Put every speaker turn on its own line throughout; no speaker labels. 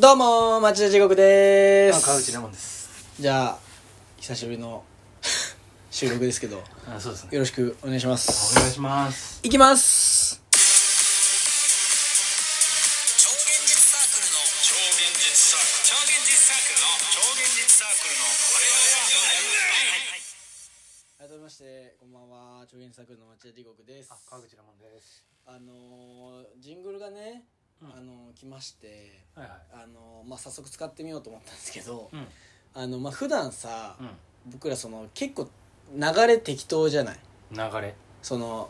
どうもー町田地獄でー
あ川口
す
レモンです
じゃあ久しぶりの 収録ですけどよ
あそうですね
ろしくお願いしま
お願い
す
します
いきます
超現実サークルの超現実サークル超現実サークルの超現実サークルの
改めましてこんばんは超現サークルの町田地獄です
あ川口レモンです
あのージングルがね、
うん
あのー来まして
はいはい
あのーまあ早速使ってみようと思ったんですけど、
うん
あのまあ普段さ、
う
僕らその結構流れ適当じゃない
ん流れ
その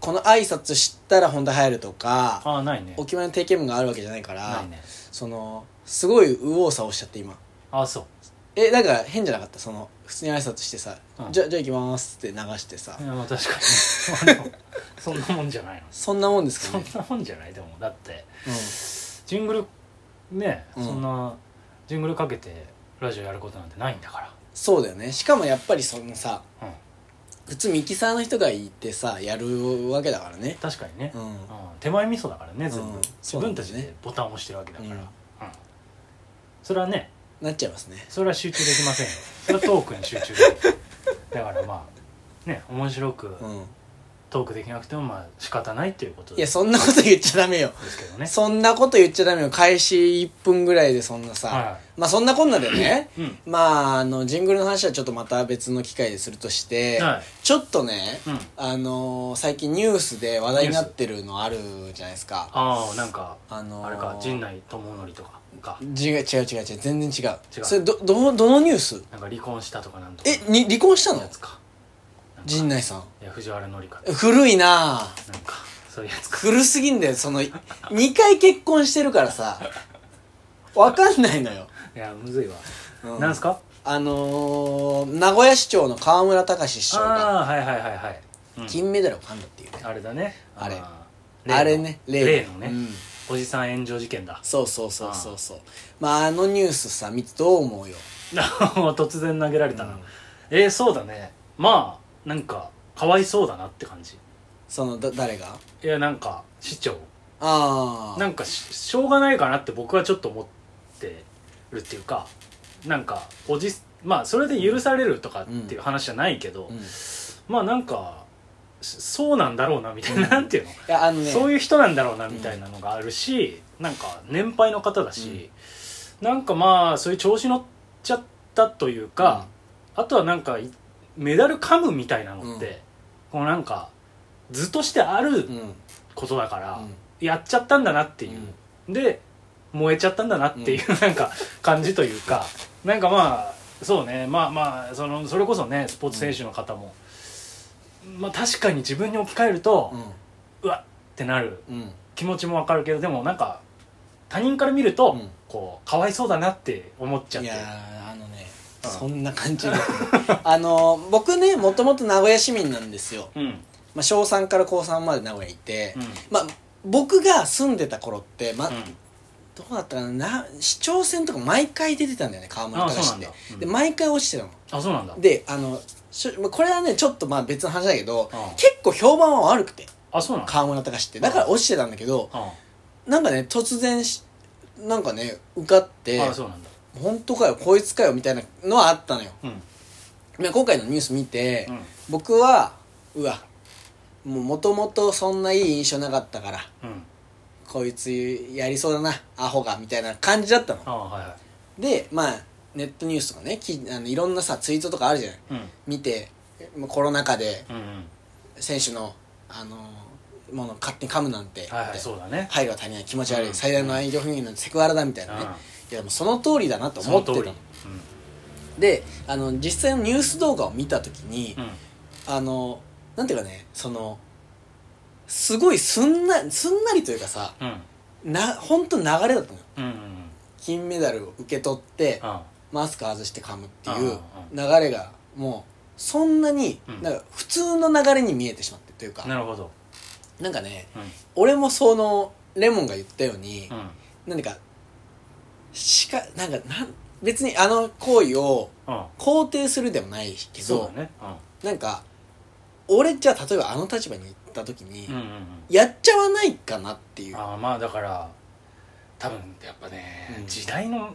この挨拶したら本題入るとか
あないね
お決まりの定型文があるわけじゃないから
ないね
そのすごい右往左往しちゃって今
あそう
えなんか変じゃなかったその普通に挨拶してさ「
うん
じゃじゃあ行きます」って流してさ、
いやまあ確かに あのそんなもんじゃないの
そんなもんです
そ
か
ん
ね、
なもんじゃないでもだって
うん、
ジングルね
うん
そんなジングルかけてラジオやることなんてないんだか
そうだよねしかもやっぱりそのさ
らうん
普通ミキサーの人がいてさやるわけだからね
確かにね
うん、
うん手前味噌だからね全
う
部
ん
自
そうなんだ
分た
よね
ちでボタンを押してるわけだから
う
うんんそれはね
なっちゃいますね
それは集中できませんよそれはトークに集中できるだからまあね面白く
うん
トークできなくてもまあ仕方ないということ
い
で
や
す
そんなこと言っちゃダメよ
けどね
そんなこと言っちゃダメよ開始1分ぐらいでそんなさ、
はいはい
まあそんなこんなでね
うん
まああのジングルの話はちょっとまた別の機会でするとして、
はい
ちょっとね、
うん
あのー最近ニュースで話題になってるのあるじゃないですか
ああなんか
あのー
あれか陣内智則とかか
違う違う違う違う全然違う
違う
それどどどのニュース
なんか離婚したとかなんとか
えに離婚したの
やつかなんか
陣内さん
いや藤原紀香
え古いなあ
なんかそういうやつか
古すぎんだよその2回結婚してるからさわかんないのよ、
いやむずいわ
うん
なんすか
あのー名古屋市長の河村隆市長が
ああはいはいはいはいうん
金メダルを噛んだっていうね
あれだね
あれ
ー例の
あれね
例のね
うん
おじさん炎上事件だ
そうそうそうそうそうまああのニュースさ見てどう思うよ
突然投げられた
う
なんえーそうだねまあなんかかわいそうだなって感じ
そのだ誰が
いやなんか市長
ああ
なんかししょうがないかなって僕はちょっと思ってるっていうかなんかおじまあそれで許されるとかっていう話じゃないけど、
うんい
まあなんかしそうなんだろうなみたいな、
うん
なんていうの、
やあのね
そう
い
いう人なんだろうなみたいなのがあるし、なんか年配の方だし、なんかまあそういう調子乗っちゃったというか、あとはなんかいメダル噛むみたいなのって、
うん
こうなんか図としてある
うんうん
ことだから、
うん
やっちゃったんだなっていう、で燃えちゃったんだなっていう、なんか感じというかなんかまあそうねまあまあそのそれこそねスポーツ選手の方も、まあ確かに自分に置き換えると、うわってなる
うんうん
気持ちもわかるけどでもなんか他人から見ると、
うん
こうかわいそうだなって思っちゃっ
い
て
やーあのね
うん
そんな感じです ねあの僕ねもともと名古屋市民なんですよ、
うんうん
まあ、小3から高3まで名古屋いて、まあ僕が住んでた頃って、まあどうだったかなな市長選とか毎回出てたんだよね川村
あそう
隆
な
っ
ん
て
だ、うん
で毎回落ちてたの
あそうなんだ
であのしょまあこれはねちょっとまあ別の話だけど、
うん
結構評判は悪くて
あそうなんだ
川村隆ってだから落ちてたんだけど、
あ
なんかね突然しなんかね受かって
あそうなんだ
本当かよこいつかよみたいなのはあったのよ
うん
で今回のニュース見て、
うん
僕はうわもうもともとそんないい印象なかったから
うん
こいつやりそうだなアホがみたいな感じだったの
あはいは
でまあネットニュースとかねきあのいろんなさツイートとかあるじゃない
い
見てえもうコロナ禍で
うんうんうん
選手の、あのーものを勝手に噛むなんて、
はいはいそうだね
配慮が足りない気持ち悪い、
うん
最大の営業不義のセクハラだみたいなね、
うん
いやでもその通りだなと思ってた
その
の
通り
であの実際のニュース動画を見た時に、
うんうん
あのなんていうかねそのすごいすんなすんなりというかさ
うん
な本当流れだったのよ
うんうん
金メダルを受け取って
あ
マスク外して噛むって
うんう
いうん流れがもうそんなに
うん
なんか普通の流れに見えてしまってというか
なるほど
なんかね
うん
俺もそのレモンが言ったように
うん
何かしかなんかなん別にあの行為を
うん
肯定するでもないけ
そう
ど
だね
なんか俺じゃあ例えばあの立場に行った時に
うんうんうんうん
やっちゃわないかなっていう
ああまあだから多分やっぱね、
うん
時代の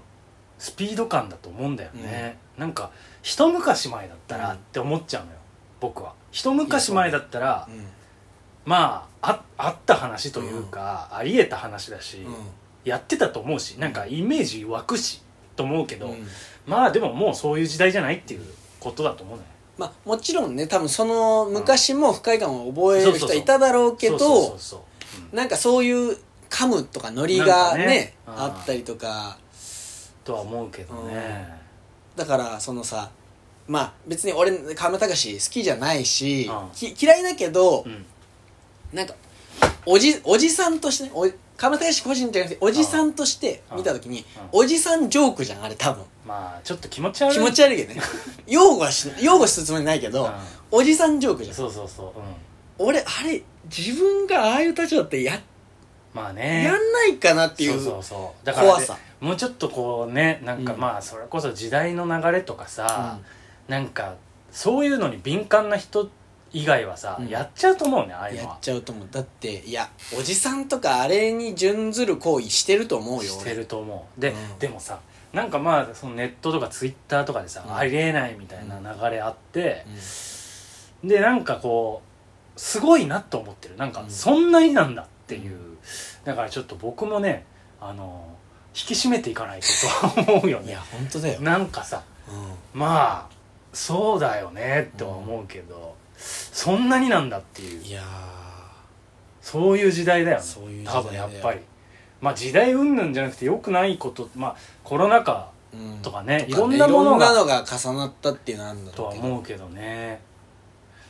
スピード感だと思うんだよね、なんか一昔前だったら
うん
って思っちゃうのよ僕は一昔前だったら、
うん
まあああった話というか、ありえた話だし、やってたと思うしなんかイメージ湧くしと思うけど、
うん
まあでももうそういう時代じゃないっていうことだと思うのよ
まあもちろんね多分その昔も不快感を覚える人はいただろうけ
そうそ
ど
うそうそう、うん
なんかそういう噛むとかノリがね
なんかね
あったりとか
とは思うけどね、
だからそのさまあ別に俺河村隆好きじゃないし、
うん
き嫌いだけど
う、ん
なんかおじおじさんとしてねお河村隆個人じゃなくておじさんとして見た時に、
う
おじさんジョークじゃんあれ多分
まあちょっと気持ち悪い
気持ち悪い けどね擁護はし擁護するつもりないけど、
う
おじさんジョークじゃ
ん
ん
そうそうそう、うん、
俺あれ自分がああいう立場ってや,、
まあね
やんないかなっていう
そうそうそうだからね
怖さ
もうちょっとこうねなんか
うん
まあそれこそ時代の流れとかさ、なんかそういうのに敏感な人以外はさ、
うん
やっちゃうと思うねああいう
や
の
っ
は
ちゃうと思うだっていやおじさんとかあれに準ずる行為してると思うよ
して
俺
ると思うで、
うん
でもさなんかまあそのネットとかツイッターとかでさ、
うん
ありえないみたいな流れあって
う、ん
でなんかこうすごいなと思ってるなんか
うん
そんなになんだっていう、だからちょっと僕もねあの引き締めていかないとと思うよ
い
ね
や本当だよ、
なんかさまあそうだよねとは思うけど、そんなになんだっていう
いや
そういう時代だよね
そういう時代だ
多
よ
分やっぱりまあ時代云々じゃなくて良くないことまあコロナ禍
ー、うん
とかね、
い
い
ろ
ろ
ん
ん
な
なも
もの
の
が,、
が
重なったっていうのはあるんだ
と
ろ
は
うけど
思うけどね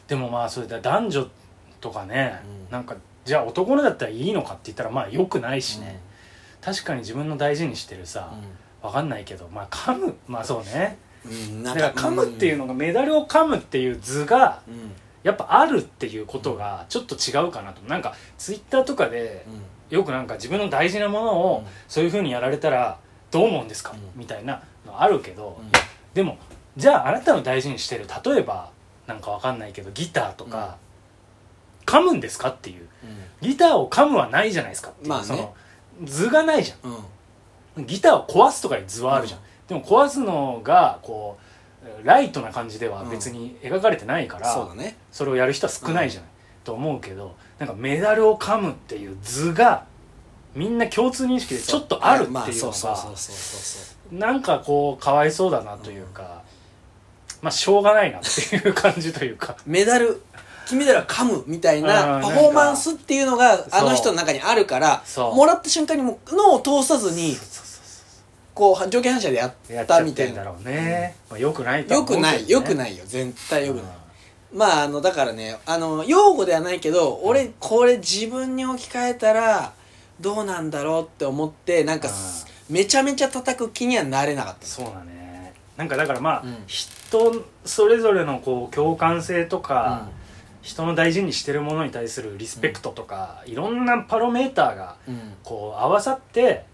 でもまあそれで男女とかね、
うん
なんかじゃあ男のだったらいいのかって言ったらまあ良くないし
うん
ね、確かに自分の大事にしてるさ、わかんないけどまあ噛むまあそうね
うん、うん、
だから噛むっていうのがメダルを噛むっていう図が
うん、うん
やっぱあるっていうことがちょっと違うかなとなんかツイッターとかでよくなんか自分の大事なもの
う
を
ん
そういうふうにやられたらどう思うんですか
うん
みたいなのあるけど
うん
でもじゃああなたの大事にしてる例えばなんかわかんないけどギターとか噛むんですかっていうギターを噛むはないじゃないですかってい
まあ
う
ね
その図がないじゃん
うんうん
ギターを壊すとかに図はあるじゃん、
うん
でも壊すのがこうライトな感じでは別に描かれてないから、
そうだね
それをやる人は少ないじゃない、と思うけどなんかメダルを噛むっていう図がみんな共通認識でちょっとあるっていうの
ま
が、
あそうそうそうそうそう
なんかこうかわいそうだなというか、まあしょうがないなっていう感じというか
メダル金メダルは噛むみたい
うん
なパフォーマンスっていうのがあの人の中にあるから
そう
もらった瞬間にもう脳を通さずに
そうそうそう
こう条件反射でや
そうや
っ
っちゃ
た
っ
みた
て
い
んだ
な
ろうね、まあ、よくないとは
よ
思
く
うけど、ね、
ないよく
い
ないよ絶対よくない
い
まああのだからねあの用語ではないけど俺これ自分に置き換えたらどうなんだろうって思ってなんかすめちゃめちゃ叩く気にはなれなかった
そうだねなんかだからまあ、
うん
人それぞれのこう共感性とか、
う
人の大事にしてるものに対するリスペクトとか、いろんなパロメーターが
ん
こう合わさって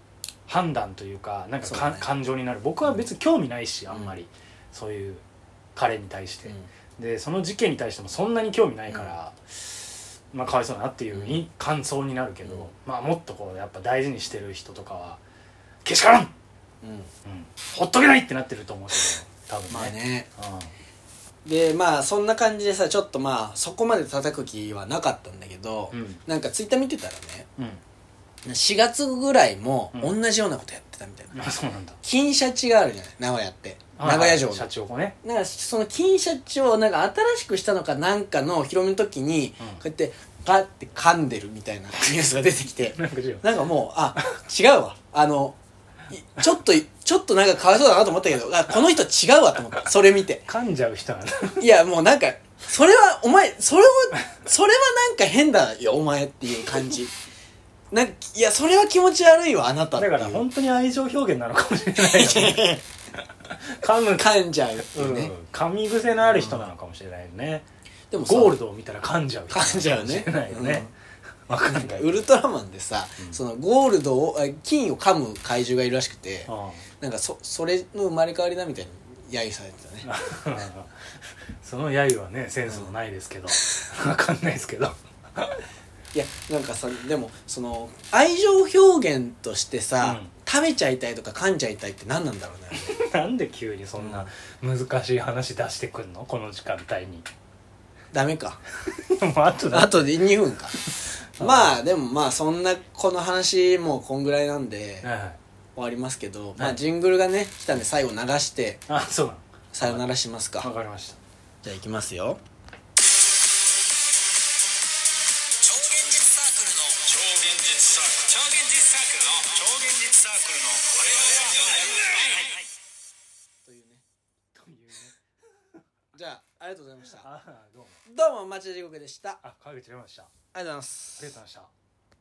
判断というかなんか
そう
か
だね
感情になる僕は別に興味ないしあんまり、そういう彼に対して、でその事件に対してもそんなに興味ないから、まあかわいそうだなっていうい感想になるけど、
うん
まあもっとこうやっぱ大事にしてる人とかはけしからん、うん、
うんうん
ほっとけないってなってると思うけど多分ね,、
まあね
うん
でまあそんな感じでさちょっとまあそこまで叩く気はなかったんだけど、
うん
なんかツイッター見てたらね
うん
4月ぐらいも
う
同
ん
じようなことやってたみたいな、
あそうなんだ
金シャチがあるじゃない名古屋って名古屋城の
社長もね
なんかその金シャチをなんか新しくしたのかなんかのお披露目の時に、
うん
こうやってパッて噛んでるみたいなニュースが出てきて
なんか違う
なんかもうあ違うわあのいちょっとちょっとなんかかわいそうだなと思ったけどあこの人違うわと思ったそれ見て
噛んじゃう人なんだ
いやもうなんかそれはお前それはそれはなんか変だよお前っていう感じなんかいやそれは気持ち悪いわあなたってい
だ
う
から本当に愛情表現なのかもしれないよね 噛む
噛んじゃうっていうね、
うん、噛み癖のある人なのかもしれないよね、
でもさ
ゴールドを見たら噛んじゃう人
噛んじゃうね
なのかもしれないよね、わかんない
ウルトラマンでさ、
うん
そのゴールドをあ金を噛む怪獣がいるらしくて、
あ
なんかそそれの生まれ変わりだみたいに揶揄されてたね
あ その揶揄はねセンスもないですけど、わかんないですけど
いやなんかさでもその愛情表現としてさ、
うん
食べちゃいたいとか噛んじゃいたいって何なんだろうねあれ
なんで急にそんな難しい話出してくんのこの時間帯に
ダメか
もうあと
あ
だ
とで2分かまあでもまあそんなこの話もうこんぐらいなんで終
はい
わりますけど、ま
は
あ
い
ジングルがね来たんで最後流して
あそうな
さよならしますか
のわかりました
じゃあいきますよ
超現実サークルの超現実サークル超現実サークルの超現実サークルの我々は
というねじゃあありがとうございました
あどうも
どうも町田地獄でしたあ
あ川口出ましたあ
りがとうございます
りがとうございました